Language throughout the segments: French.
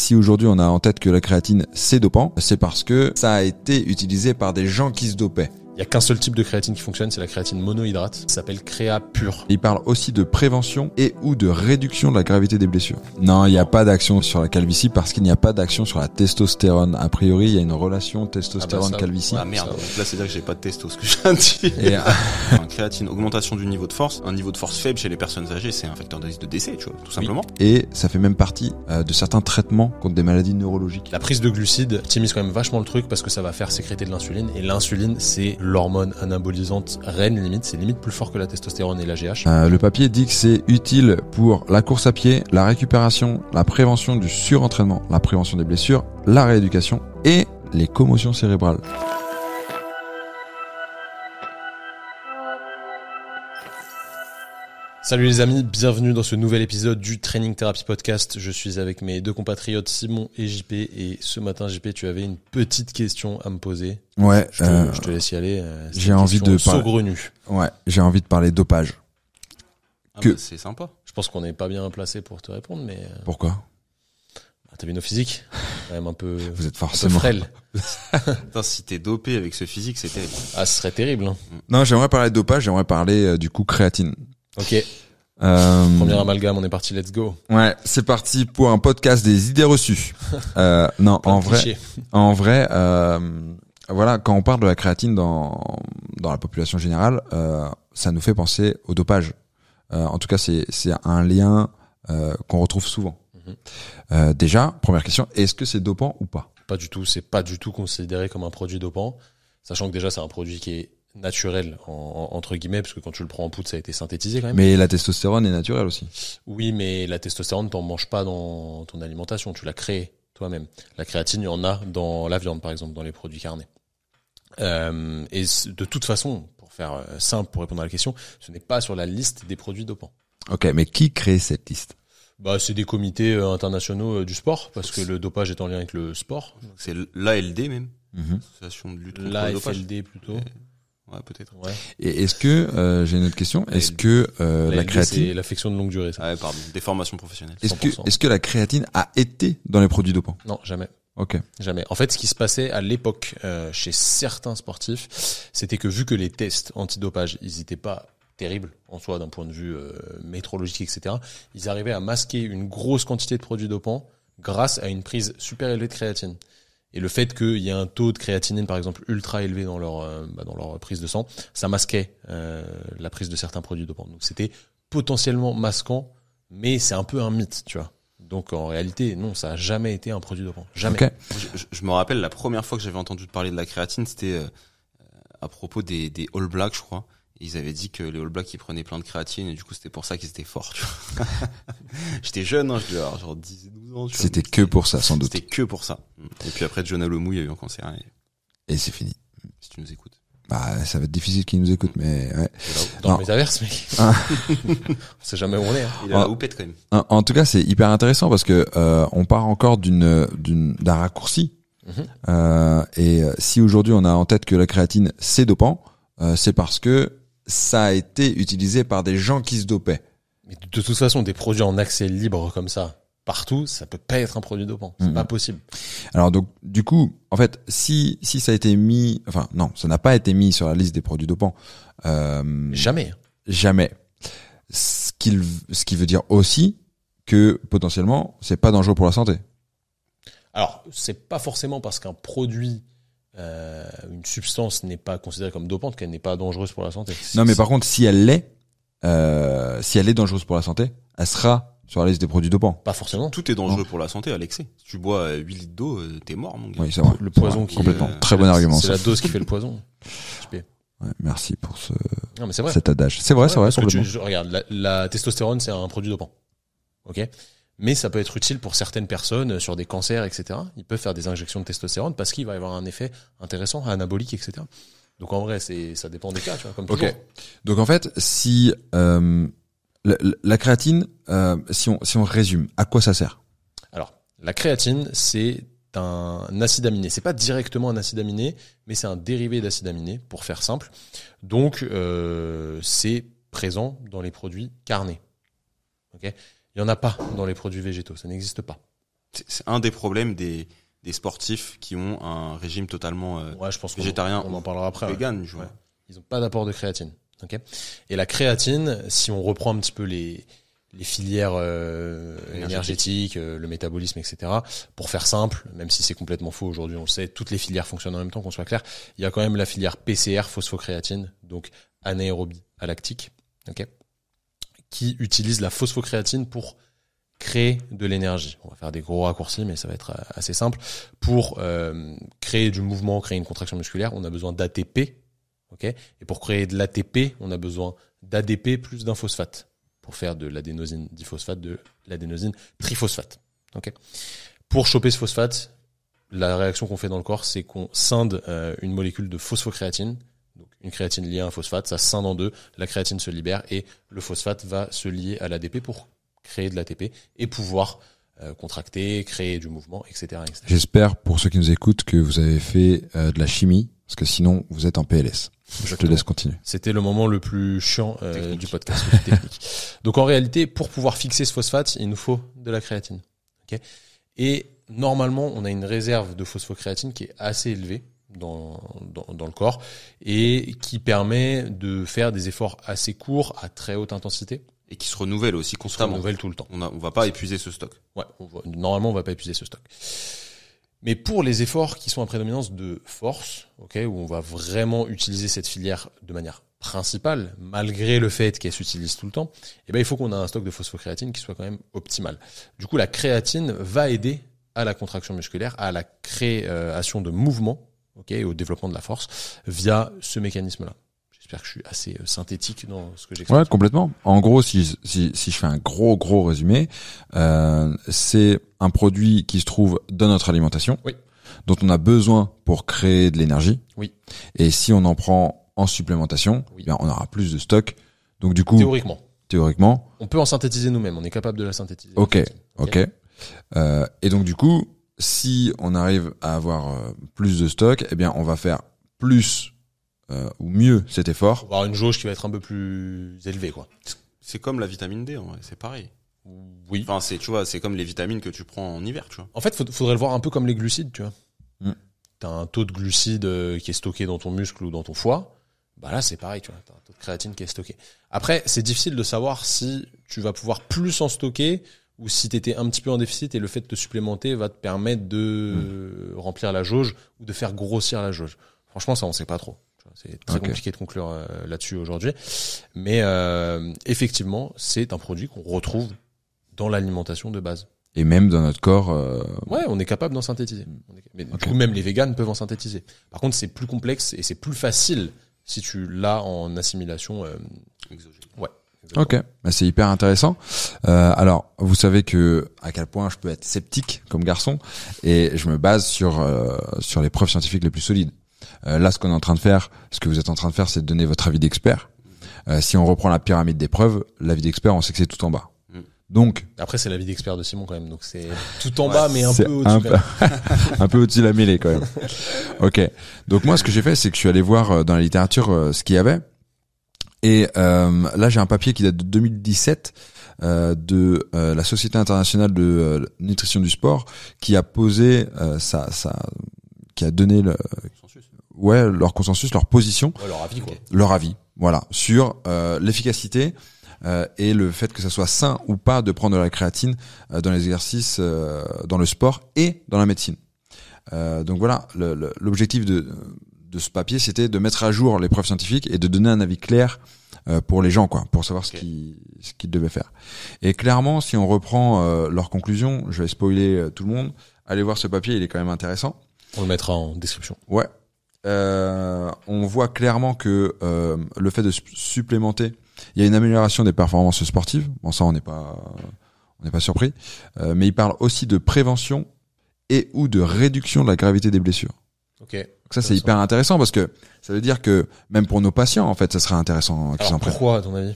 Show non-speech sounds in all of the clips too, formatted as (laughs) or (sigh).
Si aujourd'hui on a en tête que la créatine c'est dopant, c'est parce que ça a été utilisé par des gens qui se dopaient. Il y a qu'un seul type de créatine qui fonctionne, c'est la créatine monohydrate. Ça s'appelle créa pure. Il parle aussi de prévention et ou de réduction de la gravité des blessures. Non, il n'y a pas d'action sur la calvitie parce qu'il n'y a pas d'action sur la testostérone. A priori, il y a une relation testostérone-calvitie. Ah, Ah bah merde, ça, ouais. là c'est-à-dire que j'ai pas de testo, ce que j'ai dit. Et, euh, Enfin, créatine, augmentation du niveau de force. Un niveau de force faible chez les personnes âgées, c'est un facteur de risque de décès, tu vois, tout simplement. et ça fait même partie euh, de certains traitements contre des maladies neurologiques. La prise de glucides optimise quand même vachement le truc parce que ça va faire sécréter de l'insuline. Et l'insuline, c'est l'hormone anabolisante reine limite. C'est limite plus fort que la testostérone et la GH. Euh, le papier dit que c'est utile pour la course à pied, la récupération, la prévention du surentraînement, la prévention des blessures, la rééducation et les commotions cérébrales. Salut les amis, bienvenue dans ce nouvel épisode du Training Therapy Podcast. Je suis avec mes deux compatriotes Simon et JP. Et ce matin, JP, tu avais une petite question à me poser. Ouais, Je te, euh, je te laisse y aller. euh, c'est j'ai une envie question de parler- saugrenue. ouais, j'ai envie de parler dopage. Ah Que- bah, c'est sympa. Je pense qu'on n'est pas bien placé pour te répondre, mais euh, Pourquoi t'as vu nos physiques Quand même un peu, un Vous êtes peu forcément frêles. Putain, si t'es dopé avec ce physique, c'était. Ah, ce serait terrible. hein. Non, j'aimerais parler de dopage, j'aimerais parler euh, du coup créatine. Ok, Euh, premier amalgame, on est parti, let's go. ouais, c'est parti pour un podcast des idées (laughs) reçues. Euh, non, Plein en de vrai, clichés. en vrai, euh, voilà, quand on parle de la créatine dans dans la population générale, euh, ça nous fait penser au dopage. Euh, en tout cas, c'est c'est un lien euh, qu'on retrouve souvent. Mhm. Euh, déjà, première question, est-ce que c'est dopant ou pas Pas du tout, c'est pas du tout considéré comme un produit dopant, sachant que déjà c'est un produit qui est naturel en- en- entre guillemets parce que quand tu le prends en poudre ça a été synthétisé quand même Mais la testostérone est naturelle aussi. oui mais la testostérone t'en manges pas dans ton alimentation tu l'as créée toi-même la créatine il y en a dans la viande par exemple dans les produits carnés Euh, et c- de toute façon pour faire euh, simple pour répondre à la question ce n'est pas sur la liste des produits dopants Ok, mais qui crée cette liste bah c'est des comités euh, internationaux euh, du sport parce que le dopage est en lien avec le sport C'est l'ALD même, Mhm. l'association de lutte contre le dopage. l'AFLD plutôt Ouais, peut-être. ouais. Et est-ce que euh, j'ai une autre question Est-ce que euh, la LD, créatine c'est l'affection de longue durée ça. Ah ouais, pardon, des formations professionnelles. Est-ce que, 100%. est-ce que la créatine a été dans les produits dopants Ah, Non, jamais. Ok. Jamais. En fait, ce qui se passait à l'époque euh, chez certains sportifs, c'était que vu que les tests antidopage, ils n'étaient pas terribles en soi d'un point de vue euh, métrologique, etc., ils arrivaient à masquer une grosse quantité de produits dopants grâce à une prise super élevée de créatine. Et le fait qu'il y ait un taux de créatinine, par exemple, ultra élevé dans leur, euh, bah, dans leur prise de sang, ça masquait euh, la prise de certains produits dopants. Donc c'était potentiellement masquant, mais c'est un peu un mythe, tu vois. Donc en réalité, non, ça a jamais été un produit dopant. Jamais. Ok. Moi, Je, je- je me rappelle la première fois que j'avais entendu parler de la créatine, c'était euh, euh, à propos des, des All Blacks, je crois. Ils avaient dit que les All Blacks ils prenaient plein de créatine et du coup c'était pour ça qu'ils étaient forts. tu vois. (laughs) J'étais jeune, hein, je devais avoir genre 10 12 ans. tu vois. C'était que pour ça, sans doute. C'était que pour ça. Et puis après Jonah Lomou, il y a eu un cancer. et- Et c'est fini. si tu nous écoutes. Bah, ça va être difficile qu'ils nous écoutent, mais ouais. Il est là-haut. Dans Non. le métaverse, mec. Ah. (laughs) on sait jamais où on est. hein. Il est à la Ah. houppette, quand même. En, en tout cas, c'est hyper intéressant parce que euh, on part encore d'une d'une d'un raccourci. Mhm. Euh, et euh, si aujourd'hui on a en tête que la créatine c'est dopant, euh, c'est parce que ça a été utilisé par des gens qui se dopaient. Mais de de toute façon, des produits en accès libre comme ça, partout, ça peut pas être un produit dopant. C'est Mhm. pas possible. Alors donc du coup, en fait, si si ça a été mis, enfin non, ça n'a pas été mis sur la liste des produits dopants. Euh, Jamais. hein. jamais. Ce, qu'il- ce qui veut dire aussi que potentiellement, c'est pas dangereux pour la santé. Alors, c'est pas forcément parce qu'un produit, euh, une substance n'est pas considérée comme dopante qu'elle n'est pas dangereuse pour la santé. Non, mais par contre, si elle l'est, euh, si elle est dangereuse pour la santé, elle sera sur la liste des produits dopants. Pas forcément. Tout est dangereux Ah. pour la santé, Alexé. Si tu bois euh, 8 litres d'eau, euh, t'es mort, mon gars. Oui, c'est vrai. Le c'est poison vrai, qui- complètement. euh, Très bon argument. C'est ça. la dose qui fait le poison. Ouais, merci pour ce, Non, mais c'est vrai. cet adage. C'est vrai, Ouais, c'est vrai, parce que tu- complètement. je- regarde, la, la testostérone, c'est un produit dopant. OK Mais ça peut être utile pour certaines personnes euh, sur des cancers, etc. Ils peuvent faire des injections de testostérone parce qu'il va y avoir un effet intéressant, anabolique, etc. Donc en vrai, c'est ça dépend des cas, tu vois, comme Ok. toujours. Donc en fait, si euh, la, la créatine, euh, si on si on résume, à quoi ça sert Alors, la créatine, c'est un acide aminé. C'est pas directement un acide aminé, mais c'est un dérivé d'acide aminé, pour faire simple. Donc, euh, c'est présent dans les produits carnés. Ok Il n'y en a pas dans les produits végétaux, ça n'existe pas. c'est un des problèmes des, des sportifs qui ont un régime totalement euh, Ouais, je pense qu'on végétarien on en parlera après. Ah ouais. vegan. je vois. Ouais. Ils n'ont pas d'apport de créatine. ok et la créatine, si on reprend un petit peu les, les filières euh, Énergétique. énergétiques, euh, le métabolisme, etc., pour faire simple, même si c'est complètement faux aujourd'hui, on le sait, toutes les filières fonctionnent en même temps, qu'on soit clair, il y a quand même la filière PCR, phosphocréatine, donc anaérobie alactique, ok qui utilise la phosphocréatine pour créer de l'énergie. On va faire des gros raccourcis, mais ça va être euh, assez simple. Pour euh, créer du mouvement, créer une contraction musculaire, on a besoin d'ATP, ok Et pour créer de l'ATP, on a besoin d'ADP plus d'un phosphate pour faire de l'adénosine diphosphate, de l'adénosine triphosphate. ok pour choper ce phosphate, la réaction qu'on fait dans le corps, c'est qu'on scinde euh, une molécule de phosphocréatine, donc une créatine liée à un phosphate, ça scinde en deux, la créatine se libère et le phosphate va se lier à l'ADP pour créer de l'ATP et pouvoir euh, contracter, créer du mouvement, etc. etc. J'espère pour ceux qui nous écoutent que vous avez fait euh, de la chimie parce que sinon vous êtes en PLS. Je te Exactement. laisse continuer. C'était le moment le plus chiant euh, Technique. du podcast. oui, technique. Donc en réalité, pour pouvoir fixer ce phosphate, il nous faut de la créatine. ok et normalement, on a une réserve de phosphocréatine qui est assez élevée dans, dans, dans le corps et qui permet de faire des efforts assez courts à très haute intensité. Et qui se renouvelle aussi On se constamment. renouvelle tout le temps. On, a, on va pas épuiser ce stock. Ouais, on va- normalement, on va pas épuiser ce stock. Mais pour les efforts qui sont à prédominance de force, ok, où on va vraiment utiliser cette filière de manière principale, malgré le fait qu'elle s'utilise tout le temps, eh ben, il faut qu'on ait un stock de phosphocréatine qui soit quand même optimal. Du coup, la créatine va aider à la contraction musculaire, à la création de mouvement, ok, et au développement de la force via ce mécanisme-là. J'espère que je suis assez euh, synthétique dans ce que j'explique. Ouais, complètement. En gros, si, si, si je fais un gros, gros résumé, euh, c'est un produit qui se trouve dans notre alimentation, Oui. dont on a besoin pour créer de l'énergie. Oui. Et si on en prend en supplémentation, Oui. bien, on aura plus de stock. Donc du coup, Théoriquement, théoriquement, on peut en synthétiser nous-mêmes. On est capable de la synthétiser. Ok, la créatine, ok. Euh, et donc du coup, si on arrive à avoir euh, plus de stock, eh bien, on va faire plus euh, ou mieux cet effort avoir une jauge qui va être un peu plus élevée, quoi. C'est comme la vitamine D, en vrai, c'est pareil. Oui. Enfin, c'est, tu vois, c'est comme les vitamines que tu prends en hiver, tu vois. En fait, faud- faudrait le voir un peu comme les glucides, tu vois. Mm. T'as un taux de glucides euh, qui est stocké dans ton muscle ou dans ton foie. Bah là, c'est pareil, tu vois. T'as un taux de créatine qui est stocké. Après, c'est difficile de savoir si tu vas pouvoir plus en stocker ou si t'étais un petit peu en déficit et le fait de te supplémenter va te permettre de Mm. euh, remplir la jauge ou de faire grossir la jauge. Franchement, ça, on sait pas trop. Tu vois, C'est très Ok. compliqué de conclure euh, là-dessus aujourd'hui. Mais euh, effectivement, c'est un produit qu'on retrouve dans l'alimentation de base. et même dans notre corps. euh, Ouais, on est capable d'en synthétiser. On est cap- Mais du Ok. coup, même les véganes peuvent en synthétiser. Par contre, c'est plus complexe et c'est plus facile si tu l'as en assimilation. euh, Exogène. Ok, bah, c'est hyper intéressant. Euh, alors, vous savez que à quel point je peux être sceptique comme garçon, et je me base sur euh, sur les preuves scientifiques les plus solides. Euh, là, ce qu'on est en train de faire, ce que vous êtes en train de faire, c'est de donner votre avis d'expert. Euh, si on reprend la pyramide des preuves, l'avis d'expert, on sait que c'est tout en bas. Mm. Donc, Après, c'est l'avis d'expert de Simon quand même, donc c'est tout en Ouais, bas, mais un c'est peu au-dessus. quand même. un peu au-dessus de la mêlée quand même. ok. Donc moi, ce que j'ai fait, c'est que je suis allé voir euh, dans la littérature euh, ce qu'il y avait. Et euh, là, j'ai un papier qui date de 2017 euh, de euh, la Société internationale de euh, nutrition du sport qui a posé euh, sa, sa- qui a donné le, Consensus. Ah ouais leur consensus, leur position, Ouais, leur avis, quoi. Ok. leur avis, voilà, sur euh, l'efficacité euh, et le fait que ça soit sain ou pas de prendre de la créatine euh, dans les exercices, euh, dans le sport et dans la médecine. Euh, donc voilà, le- le- l'objectif de, de ce papier, c'était de mettre à jour les preuves scientifiques et de donner un avis clair euh, pour les gens, quoi, pour savoir Ok. ce qu'ils ce qu'ils devaient faire. Et clairement, si on reprend euh, leurs conclusions, je vais spoiler euh, tout le monde. Allez voir ce papier, il est quand même intéressant. On le mettra en description. Ouais. Euh, on voit clairement que euh, le fait de sup- supplémenter, il y a une amélioration des performances sportives. Bon, ça, on n'est pas, on n'est pas surpris. Euh, mais il parle aussi de prévention et ou de réduction de la gravité des blessures. Ok. Donc ça, c'est hyper intéressant parce que ça veut dire que même pour nos patients, en fait, ça serait intéressant qu'ils s'en Alors prennent. pourquoi, à ton avis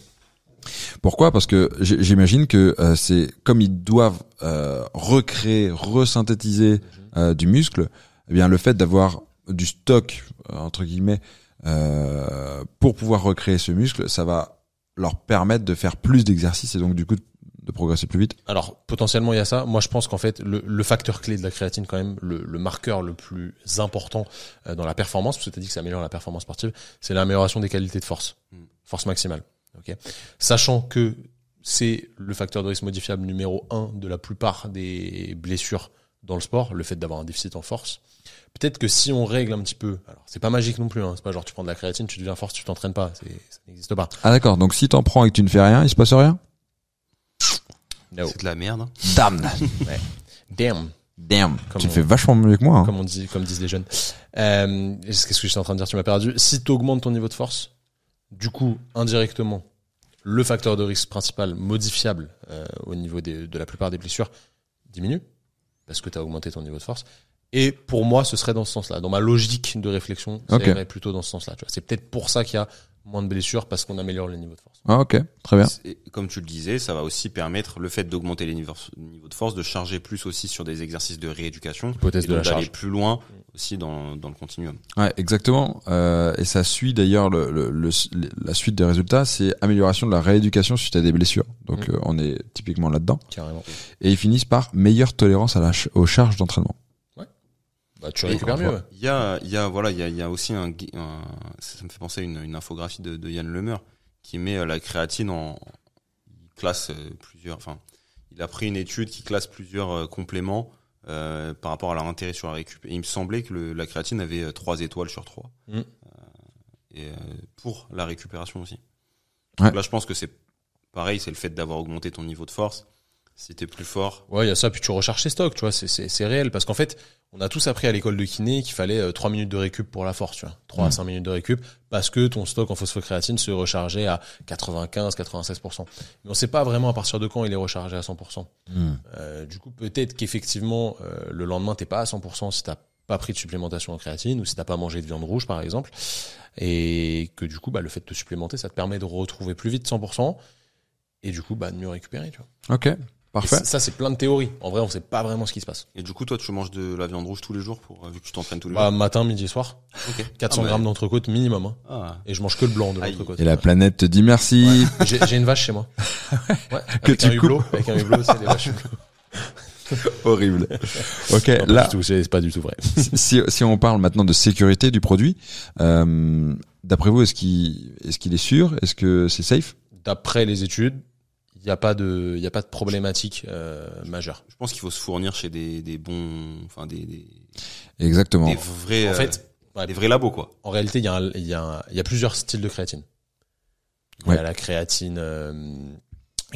Pourquoi Parce que j- j'imagine que euh, c'est comme ils doivent euh, recréer, resynthétiser euh, du muscle, eh bien le fait d'avoir du stock euh, entre guillemets euh, pour pouvoir recréer ce muscle, ça va leur permettre de faire plus d'exercices et donc du coup de, de progresser plus vite. Alors, potentiellement, il y a ça. Moi, je pense qu'en fait, le, le facteur clé de la créatine, quand même, le, le marqueur le plus important euh, dans la performance, parce que tu dit que ça améliore la performance sportive, c'est l'amélioration des qualités de force. Mm. Force maximale. ok Sachant que c'est le facteur de risque modifiable numéro un de la plupart des blessures dans le sport, le fait d'avoir un déficit en force. Peut-être que si on règle un petit peu, alors c'est pas magique non plus, hein, c'est pas genre tu prends de la créatine, tu deviens force, tu t'entraînes pas, c'est- ça n'existe pas. Ah d'accord, donc si t'en prends et que tu ne fais rien, il se passe rien No. C'est de la merde. hein. Damn Damn. Damn Comme Tu on- fais vachement mieux que moi. hein. comme on dit, comme disent les jeunes. Euh, Qu'est-ce que je suis en train de dire Tu m'as perdu. Si tu augmentes ton niveau de force, du coup, indirectement, le facteur de risque principal modifiable euh, au niveau des- de la plupart des blessures diminue parce que tu as augmenté ton niveau de force. Et pour moi, ce serait dans ce sens-là. Dans ma logique de réflexion, ça Ok. irait plutôt dans ce sens-là. tu vois. C'est peut-être pour ça qu'il y a moins de blessures parce qu'on améliore le niveau de force. Ah ok, très bien. C'est- Comme tu le disais, ça va aussi permettre le fait d'augmenter les niveaux niveaux de force, de charger plus aussi sur des exercices de rééducation. Hypothèse et de la donc d'aller charge. plus loin aussi dans, dans le continuum. Ouais, exactement. Euh, et ça suit d'ailleurs le, le- le- la suite des résultats, c'est amélioration de la rééducation suite à des blessures. Donc Mm. euh, on est typiquement là-dedans. Carrément. Et ils finissent par meilleure tolérance à la ch- aux charges d'entraînement. Bah, tu Et récupères mieux. encore ouais. Il y a, il y a, voilà, il y a, il y a aussi un, gui- un- ça me fait penser à une, une infographie de, de Yann Lemeur qui met euh, la créatine en, il classe euh, plusieurs, enfin, il a pris une étude qui classe plusieurs euh, compléments euh, par rapport à leur intérêt sur la récup. Et il me semblait que le- la créatine avait euh, trois étoiles sur trois. Mm. Euh, et euh, pour la récupération aussi. Ouais. Donc Là, je pense que c'est pareil, c'est le fait d'avoir augmenté ton niveau de force. Si t'es plus fort, Ouais, il y a ça, puis tu recherches tes stocks, tu vois, c'est- c'est c'est réel. Parce qu'en fait, on a tous appris à l'école de kiné qu'il fallait 3 minutes de récup pour la force, tu vois. 3 à Mm. 5 minutes de récup, parce que ton stock en phosphocréatine se rechargeait à 95-96%. Mais on sait pas vraiment à partir de quand il est rechargé à 100%. Mm. Euh, du coup, peut-être qu'effectivement, euh, le lendemain, t'es pas à 100% si t'as pas pris de supplémentation en créatine ou si t'as pas mangé de viande rouge, par exemple. Et que du coup, bah, le fait de te supplémenter, ça te permet de retrouver plus vite 100% et du coup, bah, de mieux récupérer, tu vois. Ok, Et parfait. ça, ça, c'est plein de théories. En vrai, on sait pas vraiment ce qui se passe. et du coup, toi, tu manges de la viande rouge tous les jours pour, euh, vu que tu t'entraînes tous les Bah, jours. matin, midi, soir. Ok. 400 Ah, bah, grammes d'entrecôte minimum. hein. ah. Et je mange que le blanc de Aïe. l'entrecôte. Et la planète te dit merci. J'ai j'ai une vache (laughs) chez moi. Ouais, Que avec tu un hublot, avec un hublot, c'est des vaches. (laughs) (laughs) Horrible. Ok, Non, pas là, du tout, c'est c'est pas du tout vrai. si, si on parle maintenant de sécurité du produit, euh, d'après vous, est-ce qu'il est, qu'il est sûr Est-ce que c'est safe D'après les études, il n'y a pas de, il y a pas de problématique euh, majeure. Je pense qu'il faut se fournir chez des, des bons, enfin des, des, Exactement. des vrais, En euh, fait, ouais, des vrais labos quoi. en réalité, il y, a un- il y a un- il y a plusieurs styles de créatine. Il y Ouais. a la créatine euh,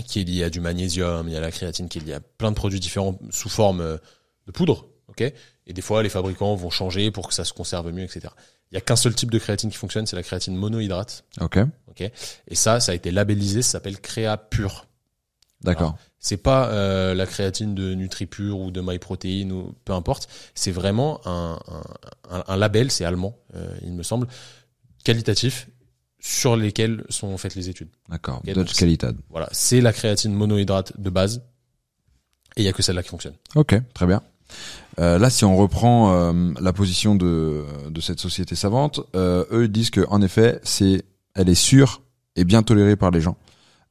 qui est liée à du magnésium, il y a la créatine qui est liée à plein de produits différents sous forme euh, de poudre. ok et des fois, les fabricants vont changer pour que ça se conserve mieux, etc. Il y a qu'un seul type de créatine qui fonctionne, c'est la créatine monohydrate. Ok, Et ça, ça a été labellisé, ça s'appelle Créa Pure. d'accord. C'est pas euh, la créatine de NutriPure ou de MyProtein ou peu importe. C'est vraiment un, un- un- un label, c'est allemand, euh, il me semble, qualitatif sur lesquels sont faites les études. D'accord. Ok, donc Dutch c'est- Qualidad. Voilà, c'est la créatine monohydrate de base. Et il y a que celle-là qui fonctionne. Ok, très bien. Euh, là, si on reprend euh, la position de, de cette société savante, euh, eux ils disent que en effet, c'est, elle est sûre et bien tolérée par les gens.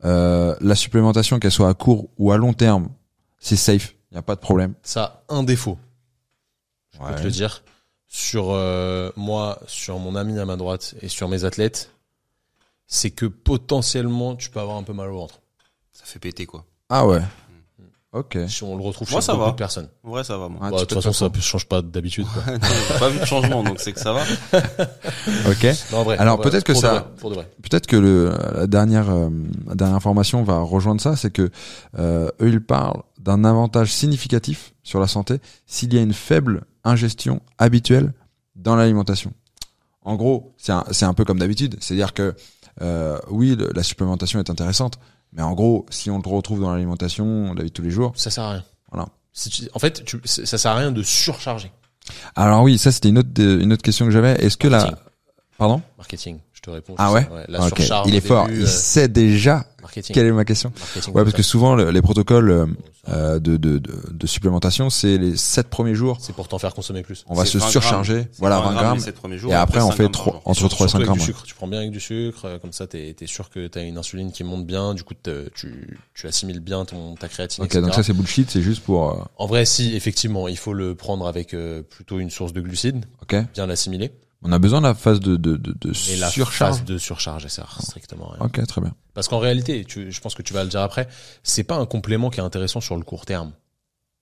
Euh, la supplémentation, qu'elle soit à court ou à long terme, c'est safe. Il n'y a pas de problème. Ça a un défaut, je peux Ouais. te le dire. Sur euh, moi, sur mon ami à ma droite et sur mes athlètes, c'est que potentiellement tu peux avoir un peu mal au ventre. Ça fait péter quoi. Ah ouais. Ok. Si on le retrouve chez Moi, ça beaucoup va. de personnes. En vrai, ça va moi. Ah, Mm. Bah, de tu toute peux façon, ça ne change pas d'habitude. quoi. (laughs) Non, j'ai pas vu de changement, donc c'est que ça va. Ok. Non, en vrai, Alors, en vrai, peut-être que pour de ça- vrai, pour de vrai. Peut-être que le, la dernière euh, la dernière information va rejoindre ça, c'est que euh, eux ils parlent d'un avantage significatif sur la santé s'il y a une faible ingestion habituelle dans l'alimentation. En gros, c'est un, c'est un peu comme d'habitude, c'est-à-dire que euh, oui, le- la supplémentation est intéressante, mais en gros, si on le retrouve dans l'alimentation, la vie de tous les jours. Ça sert à rien. Voilà. Si tu- en fait, tu- c'est- ça sert à rien de surcharger. Alors oui, ça c'était une autre une autre question que j'avais. Est-ce que la Marketing. pardon Marketing. Je te réponds. Ah je ouais sais, La Ok, surcharge il au est fort, début, il euh, sait déjà marketing. quelle est ma question. marketing, Ouais, comme parce que ça. souvent le- les protocoles euh, Ça, euh, de, de, de, de supplémentation, c'est les sept premiers jours, Euh, C'est pour t'en faire consommer plus. on va C'est se 20 surcharger, grammes. C'est voilà 20 grammes, les sept premiers jours, et après on 5 fait grammes trois- par jour. entre 3 et 5 Surtout grammes. avec du sucre. Tu prends bien avec du sucre, euh, comme ça t'es es sûr que t'as une insuline qui monte bien, du coup te- tu, tu assimiles bien ton, ta créatine. Ok, etc. donc ça c'est bullshit, c'est juste pour. euh, En vrai, si, effectivement, il faut le prendre avec euh, plutôt une source de glucides, ok. bien l'assimiler. On a besoin de la phase de, de, de, de Et la surcharge. phase de surcharge, elle sert strictement à rien. Ok, très bien. Parce qu'en réalité, tu- je pense que tu vas le dire après, c'est pas un complément qui est intéressant sur le court terme.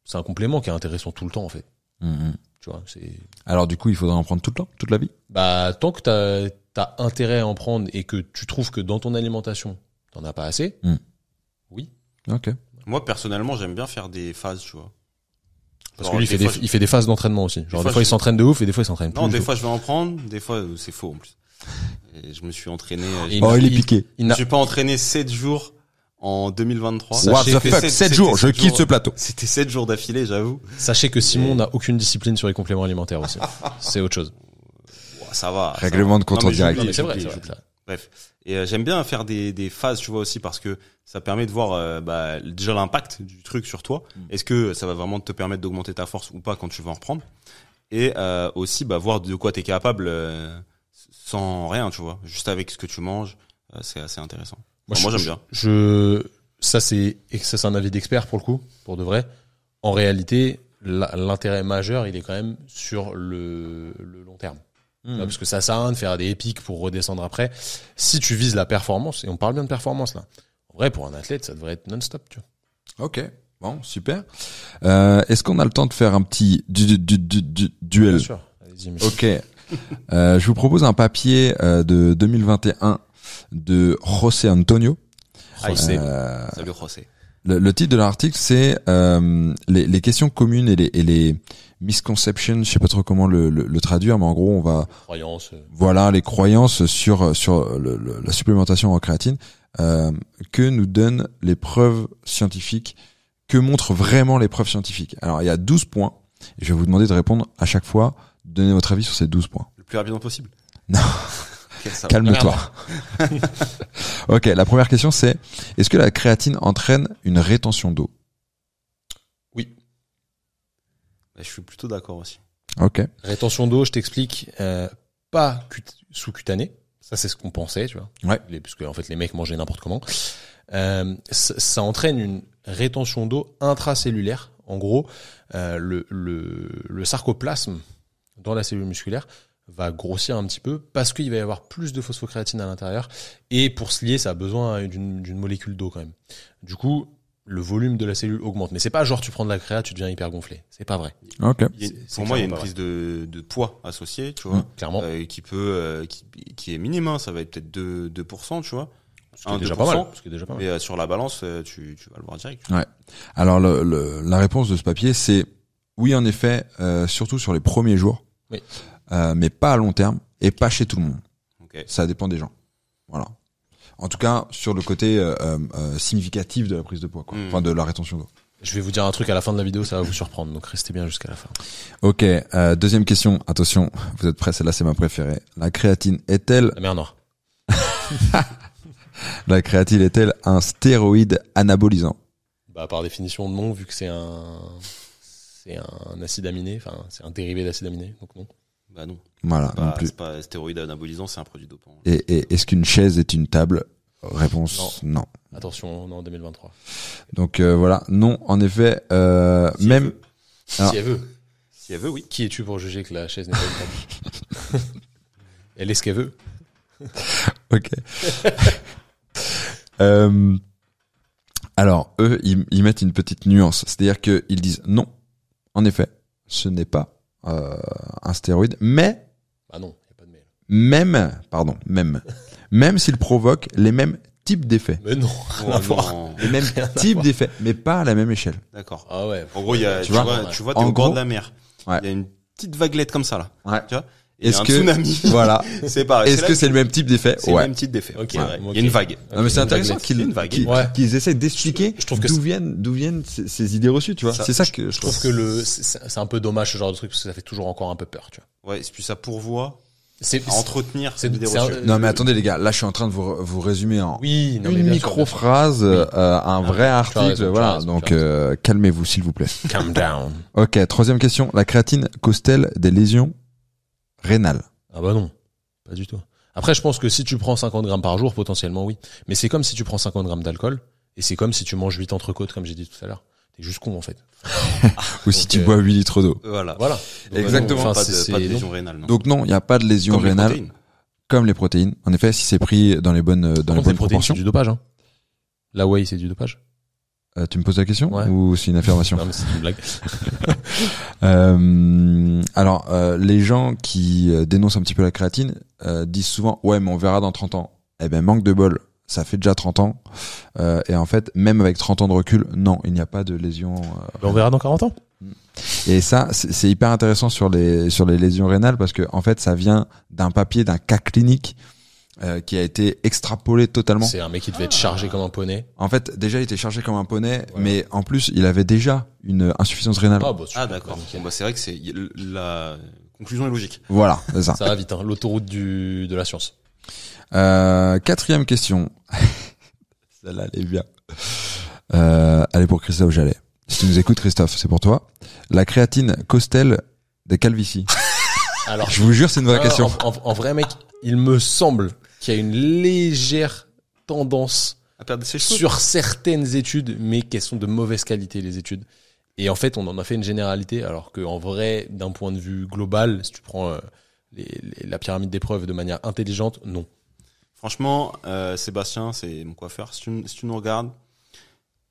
C'est un complément qui est intéressant tout le temps, en fait. Mhm. Tu vois, c'est. Alors du coup, il faudrait en prendre tout le temps, toute la vie. Bah, tant que t'as as intérêt à en prendre et que tu trouves que dans ton alimentation, t'en as pas assez, Ok. Moi, personnellement, j'aime bien faire des phases, tu vois. Parce Genre, que lui, il fait, des, fois, il fait des phases d'entraînement aussi. Genre, des fois, fois, il je- s'entraîne de ouf et des fois, il s'entraîne je- plus. Non, des du fois, je vais en prendre, des fois, euh, c'est faux en plus. Et je me suis entraîné. euh, Et Je Oh, il est il- piqué. tout. Il je n'a- suis pas entraîné 7 jours en 2023. What Sachez the que fuck, sept- 7 c'était jours, je sept quitte jours- ce plateau. C'était 7 jours d'affilée, j'avoue. Sachez que Simon n'a aucune discipline sur les compléments alimentaires (laughs) aussi. c'est autre chose. Ouah, Ça va. ça Règlement de compte Non, en mais j'oublie, direct. Non, mais c'est vrai, j'oublie, c'est vrai. j'oublie. Bref. Et euh, j'aime bien faire des, des phases, tu vois, aussi, parce que ça permet de voir euh, bah, déjà l'impact du truc sur toi. Est-ce que ça va vraiment te permettre d'augmenter ta force ou pas quand tu vas en reprendre Et euh, aussi, bah, voir de quoi tu es capable euh, sans rien, tu vois, juste avec ce que tu manges. Euh, c'est assez intéressant. Moi, Enfin, moi, je- j'aime bien. Je, ça c'est, et ça c'est un avis d'expert pour le coup, pour de vrai. En réalité, la- l'intérêt majeur, il est quand même sur le, le long terme. Hmm. Tu vois, Parce que ça sert à rien de faire des épiques pour redescendre après. Si tu vises la performance, et on parle bien de performance là. En vrai, pour un athlète, ça devrait être non-stop, tu vois. Ok. Bon, super. Euh, Est-ce qu'on a le temps de faire un petit du, du, du, du- du- duel Bien sûr. Allez-y, Michel. Ok. Euh, je vous propose un papier euh, de 2021 de José Antonio. Ah, il José. Euh, Salut, José. le, le titre de l'article, c'est euh, les, les questions communes et les, et les misconceptions. Je sais pas trop comment le, le- le traduire, mais en gros, on va Croyance. euh, voilà les croyances sur sur le- le- la supplémentation en créatine euh, que nous donnent les preuves scientifiques, que montrent vraiment les preuves scientifiques. Alors, il y a 12 points. Et je vais vous demander de répondre à chaque fois, de donner votre avis sur ces 12 points. Le plus rapidement possible. (laughs) Non. Quel savant. Calme-toi. (laughs) ok, la première question c'est est-ce que la créatine entraîne une rétention d'eau Bah, Je suis plutôt d'accord aussi. Ok. Rétention d'eau, je t'explique, euh, pas cut- sous-cutanée. Ça, c'est ce qu'on pensait, tu vois. Ouais. Les, parce que, en fait, les mecs mangeaient n'importe comment. Euh, ça, ça entraîne une rétention d'eau intracellulaire. En gros, euh, le, le, le sarcoplasme dans la cellule musculaire va grossir un petit peu parce qu'il va y avoir plus de phosphocréatine à l'intérieur. Et pour se lier, ça a besoin d'une d'une molécule d'eau quand même. Du coup, le volume de la cellule augmente. Mais c'est pas genre tu prends de la créa, tu deviens hyper gonflé. C'est pas vrai. Ok. Il y a- C'est- c'est pour moi, il y a une clairement prise de, de poids associée, tu vois, Mm. Clairement. euh, qui peut, euh, qui, qui est minime. hein, ça va être peut-être 2%, 2%, tu vois. Ce qui est un, déjà 2%, pas mal. Ce qui est déjà pas mal. Mais euh, sur la balance, euh, tu, tu vas le voir direct. Alors le- le- la réponse de ce papier c'est oui en effet, euh, surtout sur les premiers jours, Oui. Euh, mais pas à long terme et pas chez tout le monde. Ok. Ça dépend des gens. Voilà. En tout cas sur le côté euh, euh, significatif de la prise de poids, quoi. Mm. enfin de la rétention d'eau. Je vais vous dire un truc à la fin de la vidéo, ça va vous surprendre, donc restez bien jusqu'à la fin. Ok. euh, deuxième question. Attention, vous êtes prêts Celle-là c'est ma préférée. La créatine est-elle La mer noire. la créatine est-elle un stéroïde anabolisant Bah, par définition, non, vu que c'est un, c'est un acide aminé, enfin, c'est un dérivé d'acide aminé, donc non. Bah non. Voilà, C'est non pas, plus. c'est pas stéroïde anabolisant, c'est un produit dopant. Et, et est-ce qu'une chaise est une table Réponse non. Attention, on est en 2023. Donc euh, voilà, non, en effet, euh, Si elle même... veut. Alors- Si elle veut. Si elle (laughs) veut, oui. Qui es-tu pour juger que la chaise n'est pas une table (laughs) Elle est ce qu'elle veut. Ok. (laughs) Euh, alors, eux, ils, ils mettent une petite nuance. C'est-à-dire qu'ils disent non, en effet, ce n'est pas euh, un stéroïde, mais, Bah non, y a pas de mais. même, pardon, même, même s'il provoque les mêmes types d'effets. Mais non, rien à Oh, voir. non. Les (laughs) mêmes Rien à types d'effets, mais pas à la même échelle. D'accord. Ah ouais. En gros, il y a, Tu tu, vois vois, tu vois, t'es En au bord gros- de la mer. Il Ouais. y a une petite vaguelette comme ça, là. Ouais. Tu vois Et il y a Est-ce un que- (laughs) tsunami. Voilà. (laughs) c'est pareil. Est-ce Ah, C'est que la- c'est le même type d'effet c'est le Ouais. même type d'effet. Ok. C'est Ouais, vrai. Il ok. y a une vague. Non, mais c'est Une intéressant vaguelette. qu'ils Une vague. qu'ils- Ouais. qu'ils essaient d'expliquer Je trouve que d'où c'est- viennent, d'où viennent ces, ces idées reçues, tu vois. Ça- C'est ça que je Je trouve que le, c'est c'est un peu dommage ce genre de truc parce que ça fait toujours encore un peu peur, tu vois. Ouais, et puis ça pourvoit C'est, à entretenir c'est- euh, c'est des c'est un- rocheux. Non, mais le- attendez, les gars, là, je suis en train de vous, vous résumer en oui, une non, mais bien sûr, bien sûr. micro-phrase, euh, un Ah, vrai tu as article. raison, tu as voilà, raison, donc tu as raison. euh, calmez-vous, s'il vous plaît. (laughs) Calm down. Ok, troisième question. La créatine cause-t-elle des lésions rénales Ah bah non, pas du tout. Après, je pense que si tu prends 50 grammes par jour, potentiellement oui. Mais c'est comme si tu prends 50 grammes d'alcool et c'est comme si tu manges 8 entrecôtes, comme j'ai dit tout à l'heure. T'es juste con en fait. Ou si Donc, tu euh, bois 8 litres d'eau Voilà. Voilà. Exactement. Enfin, Ah, pas, c'est- de, c'est- pas de non. lésion rénale. Non. Donc non, il n'y a pas de lésion Comme les rénale protéines. comme les protéines. En effet, si c'est pris dans les bonnes, dans Par les contre, bonnes les protéines, proportions. c'est du dopage. Hein. La whey, c'est du dopage. Euh, tu me poses la question Ouais. ou c'est une affirmation Non, mais c'est (laughs) une blague. Euh, alors, euh, les gens qui euh, dénoncent un petit peu la créatine euh, disent souvent ouais, mais on verra dans 30 ans. Eh ben, manque de bol. Ça fait déjà 30 ans. Euh, et en fait, même avec 30 ans de recul, non, il n'y a pas de lésion. euh. on verra dans 40 ans. Et ça, c'est c'est hyper intéressant sur les sur les lésions rénales parce que en fait, ça vient d'un papier d'un cas clinique euh, qui a été extrapolé totalement. C'est un mec qui devait être chargé comme un poney. En fait, déjà, il était chargé comme un poney, Voilà. mais en plus, il avait déjà une insuffisance rénale. Ah, bah, super, Ah d'accord. nickel. Bon, bah, c'est vrai que c'est y- la conclusion est logique. Voilà, c'est ça. Ça va vite, hein. l'autoroute du de la science. Euh, quatrième question. (laughs) Celle-là, elle est bien. Euh, elle est pour Christophe Jallet. Si tu nous écoutes, Christophe, c'est pour toi. La créatine cause-t-elle des calvities Alors, Je vous jure, c'est une vraie Alors, question. En, en- en vrai, mec, il me semble qu'il y a une légère tendance À perdre ses cheveux. sur certaines études, mais qu'elles sont de mauvaise qualité, les études. Et en fait, on en a fait une généralité, alors qu'en vrai, d'un point de vue global, si tu prends euh, les- les- la pyramide des preuves de manière intelligente, non. Franchement, euh, Sébastien, c'est mon coiffeur. Si tu, m- si tu nous regardes,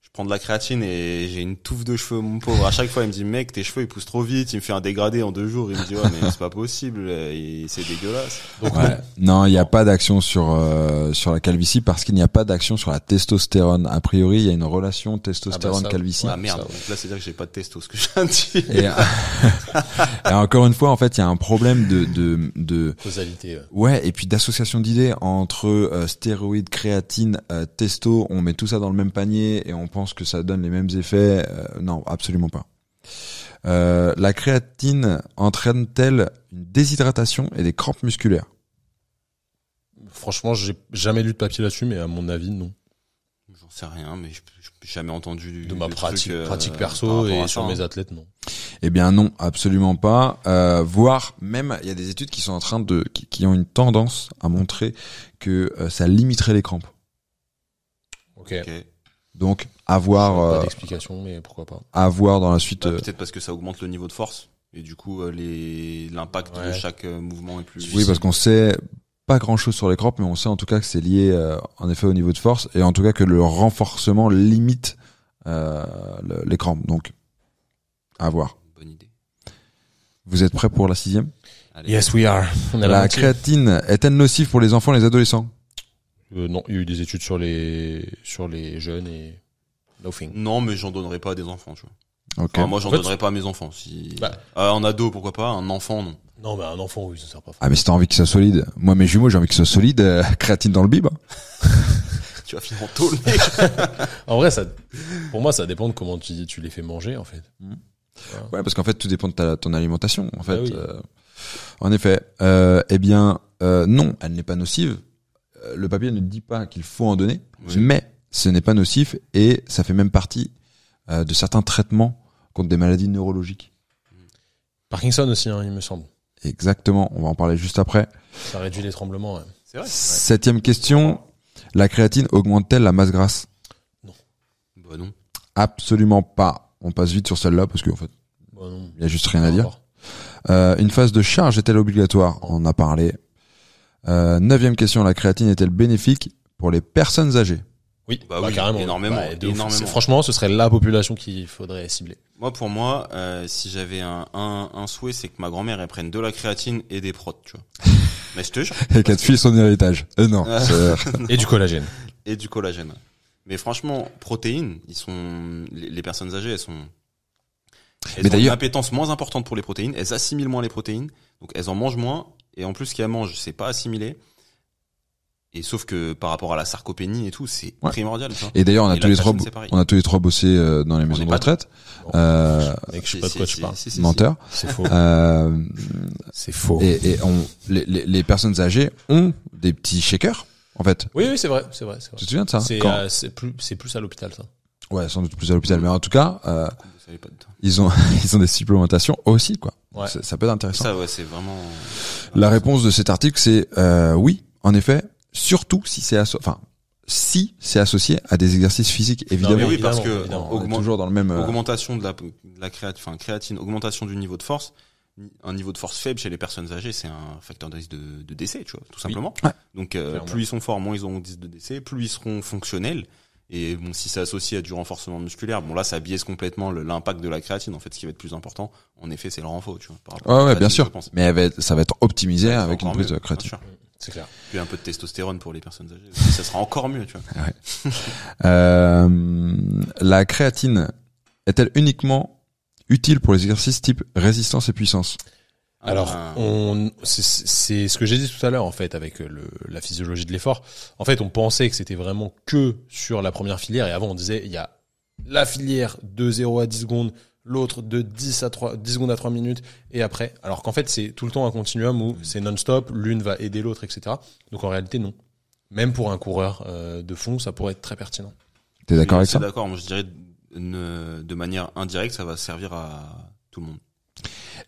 je prends de la créatine et j'ai une touffe de cheveux, mon pauvre. À chaque fois, il me dit, mec, tes cheveux, ils poussent trop vite. Il me fait un dégradé en deux jours. Il me dit, ouais, mais c'est pas possible. euh, et C'est dégueulasse. Donc, Ouais. Non, il n'y a pas d'action sur euh, sur la calvitie parce qu'il n'y a pas d'action sur la testostérone. A priori, il y a une relation Ah bah ça, testostérone-calvitie. ouais. ah merde. ça, Donc là, c'est-à-dire que j'ai pas de testo, ce que je viens de dire. Et, et (laughs) encore une fois, en fait, il y a un problème de de, de causalité. euh. Ouais, et puis d'association d'idées entre euh, stéroïdes, créatine, euh, testo, on met tout ça dans le même panier et on pense que ça donne les mêmes effets. Euh, non, absolument pas. Euh, la créatine entraîne-t-elle une déshydratation et des crampes musculaires Franchement, j'ai jamais lu de papier là-dessus, mais à mon avis, non. (laughs) J'en sais rien, mais je- je- j'ai jamais entendu du- De ma de pratique, truc, euh, pratique par perso rapport et à sur ça, mes hein. athlètes, non. Eh bien non, absolument pas. Euh, voire même, il y a des études qui sont en train de, qui, qui ont une tendance à montrer que euh, ça limiterait les crampes. Ok. hein. Ok. Donc, avoir, Pas euh, d'explication, mais pourquoi pas. avoir dans la suite. Bah, euh, Peut-être parce que ça augmente le niveau de force. Et du coup, euh, les- l'impact de Ouais. chaque euh, mouvement est plus. Oui, parce qu'on sait pas grand chose sur les crampes, mais on sait en tout cas que c'est lié euh, en effet au niveau de force et en tout cas que le renforcement limite euh, le- les crampes. Donc, à voir. Bonne idée. Vous êtes prêts pour la sixième Allez. Yes, we are. On a La moitié. créatine est-elle nocive pour les enfants et les adolescents Euh, non, il y a eu des études sur les sur les jeunes et nothing. Non, mais j'en donnerai pas à des enfants, tu vois. Ok. Enfin, Euh, moi, j'en En fait, donnerais pas à mes enfants. Si... Bah. Ah, un ado, pourquoi pas Un enfant, non. Non, mais un enfant, oui, ça sert pas. Ah mais si t'as envie qu'ils soient solides, moi mes jumeaux j'ai envie qu'ils soient solides, euh, (laughs) créatine dans le bib. (laughs) Tu vas finir en tôle, mec. En vrai, ça, pour moi, ça dépend de comment tu, tu les fais manger, en fait. Ouais parce qu'en fait tout dépend de ta, ton alimentation en fait. Ah oui. euh, en effet, euh, eh bien euh, non, elle n'est pas nocive. Euh, Le papier ne dit pas qu'il faut en donner. Oui. mais ce n'est pas nocif et ça fait même partie euh, de certains traitements contre des maladies neurologiques. Parkinson aussi, hein, il me semble. Exactement, on va en parler juste après. Ça réduit les tremblements. ouais. C'est vrai. Septième question, la créatine augmente-t-elle la masse grasse (laughs) Bah, non. Absolument pas. On passe vite sur celle-là parce qu'en fait, Bon, non, il y a juste rien à dire. encore. Euh, une phase de charge est-elle obligatoire On en a parlé. Euh, neuvième question, la créatine est-elle bénéfique pour les personnes âgées Oui, bah, Bah oui, carrément. énormément, Bah, de ouf. énormément. C'est- Franchement, ce serait la population qu'il faudrait cibler. Moi, pour moi, euh, si j'avais un, un, un souhait, c'est que ma grand-mère, elle prenne de la créatine et des protes, tu vois. (laughs) mais je te jure. Et qu'elle fuit son héritage. Euh, non. Ah. c'est- Et du collagène. Et du collagène. Mais franchement, protéines, ils sont, les, les personnes âgées, elles sont, elles Mais ont une d'ailleurs- appétence moins importante pour les protéines, elles assimilent moins les protéines, donc elles en mangent moins, et en plus, ce qu'elles mangent, c'est pas assimilé. Et sauf que par rapport à la sarcopénie et tout, c'est Ouais. primordial. tu vois. Et d'ailleurs, on a Et tous la les trois, fashion, c'est pareil. on a tous les trois bossé euh, dans les maisons est de pas- retraite, Bon, euh, mec, je sais Si, pas de quoi si, tu si, parles. (laughs) si, si, si. menteur. C'est faux. Euh, C'est faux. et et on, les, les, les personnes âgées ont des petits shakers, en fait. Oui, oui, c'est vrai, c'est vrai, c'est vrai. Tu te souviens de ça C'est Quand- euh, c'est plus, c'est plus à l'hôpital, ça. Ouais, sans doute plus à l'hôpital, mais en tout cas, euh, Vous savez pas de temps. ils ont (laughs) ils ont des supplémentations aussi, quoi. Ouais. Ça, ça peut être intéressant. Ça, ouais, c'est vraiment. La réponse de cet article, c'est euh, oui, en effet, surtout si c'est asso- enfin si c'est associé à des exercices physiques, Non, évidemment. Ah, Mais oui, Évidemment, parce que évidemment. On est augmente- toujours dans le même. euh, augmentation de la, de la créat- enfin, créatine, augmentation du niveau de force, un niveau de force faible chez les personnes âgées, c'est un facteur de risque de, de décès, tu vois, tout simplement. Ouais. Donc euh, Clairement. plus ils sont forts, moins ils auront de risque de décès, plus ils seront fonctionnels. Et bon, si c'est associé à du renforcement musculaire, bon là, ça biaise complètement le- l'impact de la créatine. En fait, ce qui va être plus important, en effet, c'est le renfort, tu vois. par rapport à la Ouais, ouais, bien créatine, je sûr. pense. Mais elle va être- ça va être optimisé Ça sera avec une encore prise mieux, de créatine. bien sûr. C'est clair. Puis un peu de testostérone pour les personnes âgées, aussi, ça sera encore mieux, tu vois. Euh, la créatine est-elle uniquement utile pour les exercices type résistance et puissance Alors, Un- on, c'est- c'est c'est ce que j'ai dit tout à l'heure en fait avec euh, le, la physiologie de l'effort. En fait, on pensait que c'était vraiment que sur la première filière et avant on disait il y a la filière de 0 à 10 secondes, l'autre de 10 à 3 10 secondes à 3 minutes et après. Alors qu'en fait, c'est tout le temps un continuum où c'est non-stop, l'une va aider l'autre, etc. Donc en réalité, non. Même pour un coureur euh, de fond, ça pourrait être très pertinent. T'es d'accord avec Je ça suis D'accord, moi je dirais une- de manière indirecte, ça va servir à tout le monde.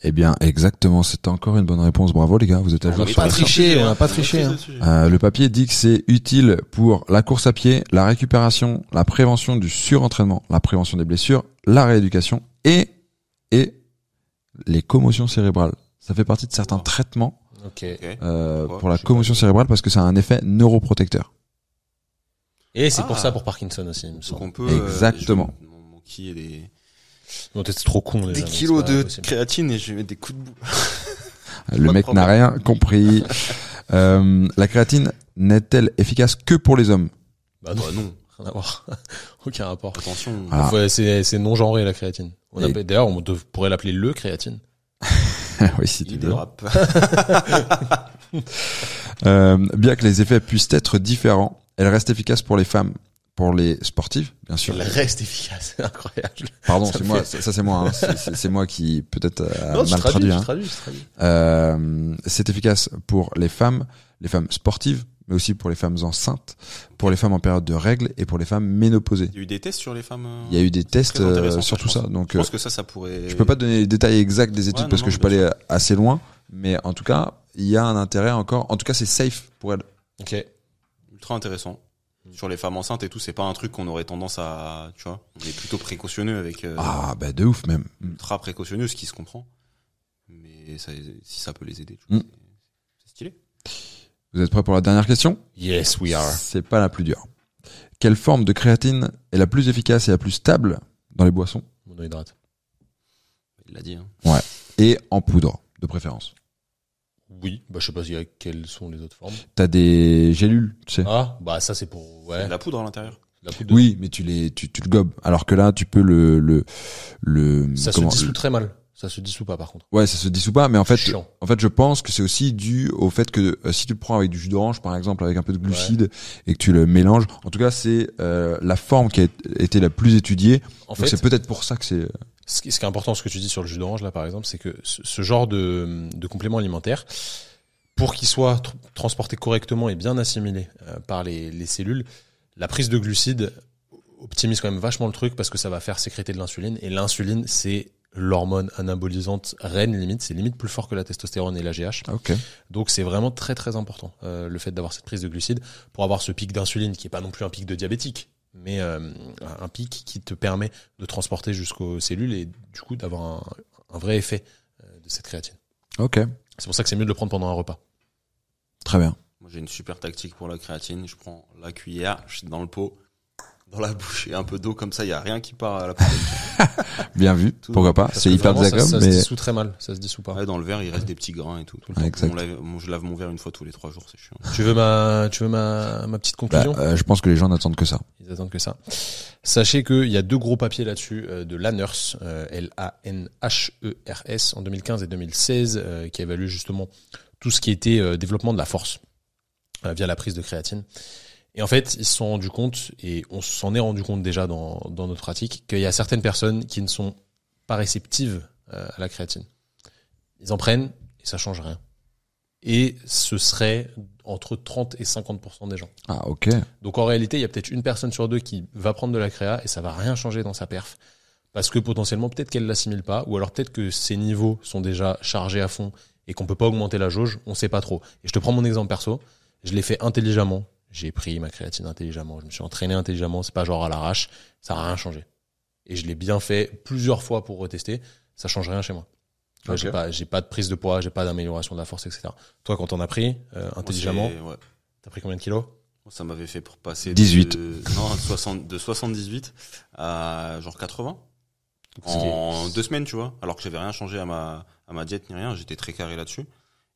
Eh bien, exactement. C'était encore une bonne réponse. Bravo les gars, vous êtes à jour oui, sur pas la triché, on n'a pas triché, hein. Euh, le papier dit que c'est utile pour la course à pied, la récupération, la prévention du surentraînement, la prévention des blessures, la rééducation et et les commotions cérébrales. Ça fait partie de certains Wow. traitements Ok. Ok. euh, Pourquoi pour la Je sais commotion cérébrale parce que ça a un effet neuroprotecteur. Et c'est Ah. pour ça pour Parkinson aussi, il me semble. Donc on peut euh, Ah, Exactement. je vais- mon- mon qui est des, Non, t'es trop con. déjà, des mais c'est kilos pas de possible. créatine et je vais mettre des coups de boule. Le de mec n'a problème. rien compris. Euh, la créatine n'est-elle efficace que pour les hommes (laughs) Bah non, Bah, non, (laughs) rien à voir. Aucun rapport. attention. Ah. Ouais, c'est, c'est non genré la créatine. On Et- appelle- d'ailleurs, on dev- pourrait l'appeler le créatine. Oui, si tu Il veux. dérape. (laughs) Euh, bien que les effets puissent être différents, elle reste efficace pour les femmes, pour les sportifs, bien sûr. Elle reste efficace, c'est (laughs) incroyable. Pardon, Ça c'est me moi, fait- ça, ça, c'est moi, hein. C'est- c'est c'est moi qui peut-être a non, tu mal traduis, traduit. tu hein. traduis, tu traduis. Euh, c'est efficace pour les femmes, les femmes sportives, mais aussi pour les femmes enceintes, pour les femmes en période de règles et pour les femmes ménopausées. Il y a eu des tests sur les femmes. euh, Il y a eu des tests très intéressant, euh, ça, sur je tout ça, pense. donc Je euh, pense que ça, ça pourrait. je peux pas te donner les détails exacts des études Ouais, parce non, que non, je peux bien aller assez loin, mais en tout cas, il y a un intérêt encore. En tout cas, c'est safe pour elle. Euh, Ok. Ultra intéressant. Mm. Sur les femmes enceintes et tout, c'est pas un truc qu'on aurait tendance à. Tu vois, on est plutôt précautionneux avec. euh, Ah bah de ouf même. ultra précautionneux, ce qui se comprend. Mais ça, si ça peut les aider, tu Mm. vois, c'est- c'est stylé. Vous êtes prêts pour la dernière question Yes, we are. C'est pas la plus dure. Quelle forme de créatine est la plus efficace et la plus stable dans les boissons Monohydrate. Il l'a dit. Hein. et en poudre de préférence. Oui, bah je sais pas s'il y a quelles sont les autres formes. T'as des gélules, tu sais. Ah, bah ça c'est pour Il y a ouais. de la poudre à l'intérieur. la poudre de- Euh. oui, mais tu les tu, tu le gobes. Alors que là, tu peux le le le Ça comment- se dissout très mal. Ça se dissout pas par contre. Ouais, ça se dissout pas, mais en C'est fait, chiant. en fait, je pense que c'est aussi dû au fait que euh, si tu le prends avec du jus d'orange, par exemple, avec un peu de glucides et que tu le mélanges, en tout cas, c'est euh, la forme qui a été la plus étudiée. En Donc fait, c'est peut-être pour ça que c'est. euh, Ce qui, ce qui est important, ce que tu dis sur le jus d'orange, là, par exemple, c'est que ce, ce genre de, de complément alimentaire, pour qu'il soit tr- transporté correctement et bien assimilé euh, par les, les cellules, la prise de glucides optimise quand même vachement le truc parce que ça va faire sécréter de l'insuline. Et l'insuline, c'est l'hormone anabolisante reine limite. C'est limite plus fort que la testostérone et la GH. Ah, ok. Donc c'est vraiment très très important euh, le fait d'avoir cette prise de glucides pour avoir ce pic d'insuline qui est pas non plus un pic de diabétique, mais euh, un pic qui te permet de transporter jusqu'aux cellules et du coup d'avoir un, un vrai effet euh, de cette créatine. Ok. C'est pour ça que c'est mieux de le prendre pendant un repas. Très bien. Moi, j'ai une super tactique pour la créatine. Je prends la cuillère, je suis dans le pot, dans la (laughs) bouche et un peu d'eau comme ça. Il y a rien qui part à la poubelle. Bien vu. Tout- Pourquoi pas Parce C'est que hyper vraiment, ça, désagréable, ça se mais dissout très mal, ça se dissout pas. Ouais, dans le verre, il reste des petits grains et tout. tout le Ouais, temps. exact. On lave- moi, je lave mon verre une fois tous les trois jours, c'est chiant. Tu veux ma, tu veux ma, ma petite bah, conclusion euh, je pense que les gens n'attendent que ça. Ils attendent que ça. Sachez qu'il y a deux gros papiers là-dessus euh, de l'ANHERS, euh, L-A-N-H-E-R-S, E en 2015 et 2016, euh, qui évalue justement tout ce qui était euh, développement de la force. euh, via la prise de créatine. Et en fait, ils se sont rendus compte, et on s'en est rendu compte déjà dans, dans notre pratique, qu'il y a certaines personnes qui ne sont pas réceptives euh, à la créatine. Ils en prennent et ça change rien. Et ce serait entre 30 et 50% des gens. Ah, ok. Donc en réalité, il y a peut-être une personne sur deux qui va prendre de la créa et ça va rien changer dans sa perf. Parce que potentiellement, peut-être qu'elle l'assimile pas, ou alors peut-être que ses niveaux sont déjà chargés à fond et qu'on peut pas augmenter la jauge, on sait pas trop. Et je te prends mon exemple perso, je l'ai fait intelligemment, j'ai pris ma créatine intelligemment, je me suis entraîné intelligemment, c'est pas genre à l'arrache, ça a rien changé. Et je l'ai bien fait plusieurs fois pour retester, ça change rien chez moi. Tu vois, Ok. J'ai pas, j'ai pas de prise de poids, j'ai pas d'amélioration de la force, etc. Toi, quand t'en as pris, euh, intelligemment, Moi, c'est- ouais. t'as pris combien de kilos Moi, Ça m'avait fait pour passer 18. de, non, de, 60 de 78 à genre 80 Ce qui est- en deux semaines, tu vois. Alors que j'avais rien changé à ma, à ma diète ni rien, j'étais très carré là-dessus.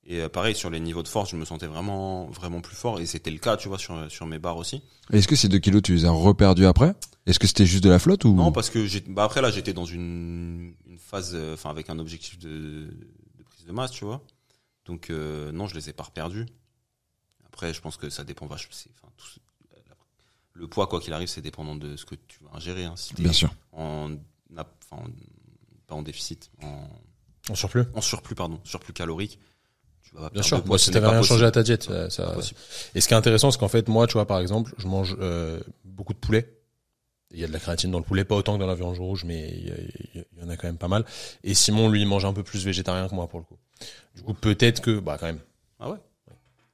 Et euh, pareil, sur les niveaux de force, je me sentais vraiment, vraiment plus fort. Et c'était le cas, tu vois, sur, sur mes barres aussi. Est-ce que ces deux kilos, tu les as reperdus après Est-ce que c'était juste de la flotte Mm. ou Non, parce que j'ai, bah après là, j'étais dans une, une phase, euh, enfin avec un objectif de, de prise de masse, tu vois. Donc euh, non, je les ai pas reperdus. Après, je pense que ça dépend vachement. c'est- Enfin, tout ce- le poids, quoi qu'il arrive, c'est dépendant de ce que tu vas ingérer. Hein. Si t'es Bien sûr. en, na- enfin, en- pas en déficit, en, En surplus en surplus, pardon, surplus calorique, tu vas pas Bien perdre sûr, de poids. moi, Ah, ce si n'est t'avais pas rien possible. changé à ta diète, euh, C'est pas ça... possible. Et ce qui est intéressant, c'est qu'en fait, moi, tu vois, par exemple, je mange euh, beaucoup de poulet. Il y a de la créatine dans le poulet, pas autant que dans la viande rouge, mais il y, a- il y a- il y en a quand même pas mal. Et Simon, lui, il mange un peu plus végétarien que moi, pour le coup. Du coup, peut-être que, bah, quand même. Ah ouais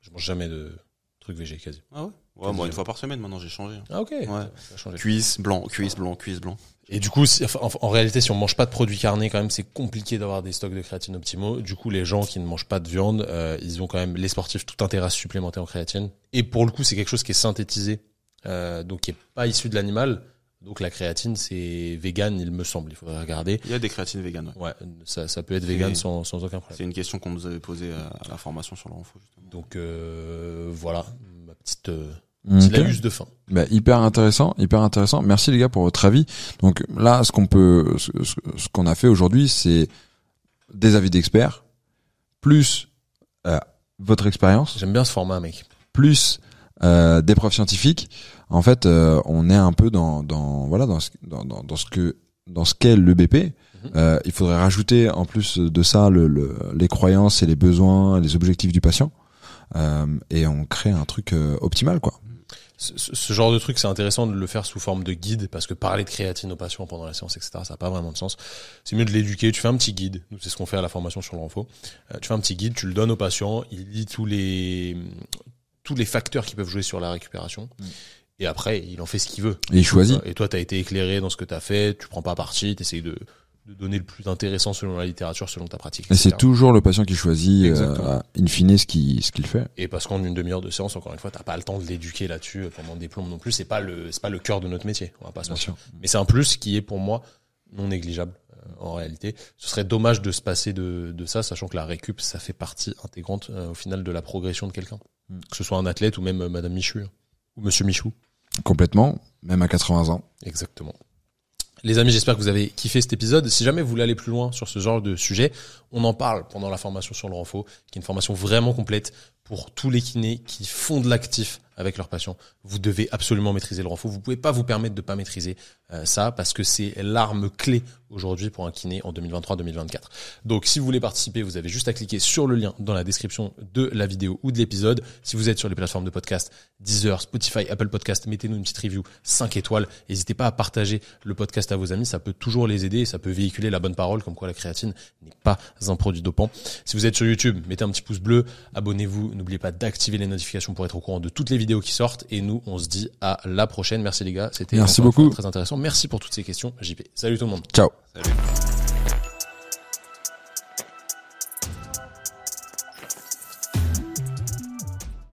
Je mange jamais de trucs végé, quasi. Ah ouais, ouais moi une fois par semaine maintenant j'ai changé. hein. Ah, ok. Ouais. Ça a changé. Cuisse blanc, cuisse blanc, cuisse blanc. Et du coup, si- enfin, en, en réalité, si on mange pas de produits carnés, quand même, c'est compliqué d'avoir des stocks de créatine optimaux. Du coup, les gens qui ne mangent pas de viande, euh, ils ont quand même les sportifs tout intérêt à se supplémenter en créatine. Et pour le coup, c'est quelque chose qui est synthétisé, euh, donc qui est pas issu de l'animal. Donc la créatine, c'est vegan, il me semble. Il faudrait regarder. Il y a des créatines véganes. ouais. Ouais, ça, ça peut être vegan C'est- sans, sans aucun problème. C'est une question qu'on nous avait posée à, à la formation sur le renfort, justement. Donc euh, voilà, ma petite, euh, Ok. petite laïus de faim. Bah, hyper intéressant, hyper intéressant. Merci les gars pour votre avis. Donc là, ce qu'on peut, ce, ce- ce qu'on a fait aujourd'hui, c'est des avis d'experts, plus euh, votre expérience, J'aime bien ce format, mec. plus euh, des preuves scientifiques. En fait, euh, on est un peu dans, dans voilà, dans, ce- dans, dans, dans ce que dans ce qu'est le BP. Euh, il faudrait rajouter en plus de ça le, le- les croyances et les besoins, les objectifs du patient, Euh, et on crée un truc euh, optimal quoi. ce, ce- ce genre de truc, c'est intéressant de le faire sous forme de guide, parce que parler de créatine aux patients pendant la séance, etc., ça n'a pas vraiment de sens. C'est mieux de l'éduquer, tu fais un petit guide, nous c'est ce qu'on fait à la formation sur le renfo, Euh, tu fais un petit guide, tu le donnes au patient, il lit tous les, tous les facteurs qui peuvent jouer sur la récupération, Mm. et après, il en fait ce qu'il veut. Et il choisit. Et toi, tu as été éclairé dans ce que tu as fait, tu prends pas parti, tu essayes de, de donner le plus intéressant selon la littérature, selon ta pratique. Et c'est etc.. toujours le patient qui choisit, euh, Exactement. in fine, ce qu'il ce qu'il fait. Et parce qu'en une demi-heure de séance, encore une fois, t'as pas le temps de l'éduquer là-dessus euh, pendant des plombes non plus. C'est pas le, c'est pas le cœur de notre métier. On va pas se mentir. Mais c'est un plus qui est pour moi non négligeable euh, en réalité. Ce serait dommage de se passer de, de ça, sachant que la récup, ça fait partie intégrante euh, au final de la progression de quelqu'un. Mm. Que ce soit un athlète ou même euh, Madame Michu. hein. Ou Monsieur Michou. Complètement, même à 80 ans. Exactement. Les amis, j'espère que vous avez kiffé cet épisode. Si jamais vous voulez aller plus loin sur ce genre de sujet, on en parle pendant la formation sur le renfo, qui est une formation vraiment complète pour tous les kinés qui font de l'actif avec leurs patients. Vous devez absolument maîtriser le renfo. Vous pouvez pas vous permettre de pas maîtriser euh, ça parce que c'est l'arme clé aujourd'hui pour un kiné en 2023-2024. Donc, si vous voulez participer, vous avez juste à cliquer sur le lien dans la description de la vidéo ou de l'épisode. Si vous êtes sur les plateformes de podcast, Deezer, Spotify, Apple Podcast, mettez-nous une petite review 5 étoiles. N'hésitez pas à partager le podcast à vos amis, ça peut toujours les aider, et ça peut véhiculer la bonne parole, comme quoi la créatine n'est pas un produit dopant. Si vous êtes sur YouTube, mettez un petit pouce bleu, abonnez-vous, n'oubliez pas d'activer les notifications pour être au courant de toutes les vidéos qui sortent. Et nous, on se dit à la prochaine. Merci les gars, c'était Merci encore une beaucoup. fois très intéressant. Merci pour toutes ces questions, JP. Salut tout le monde. Ciao. Salut.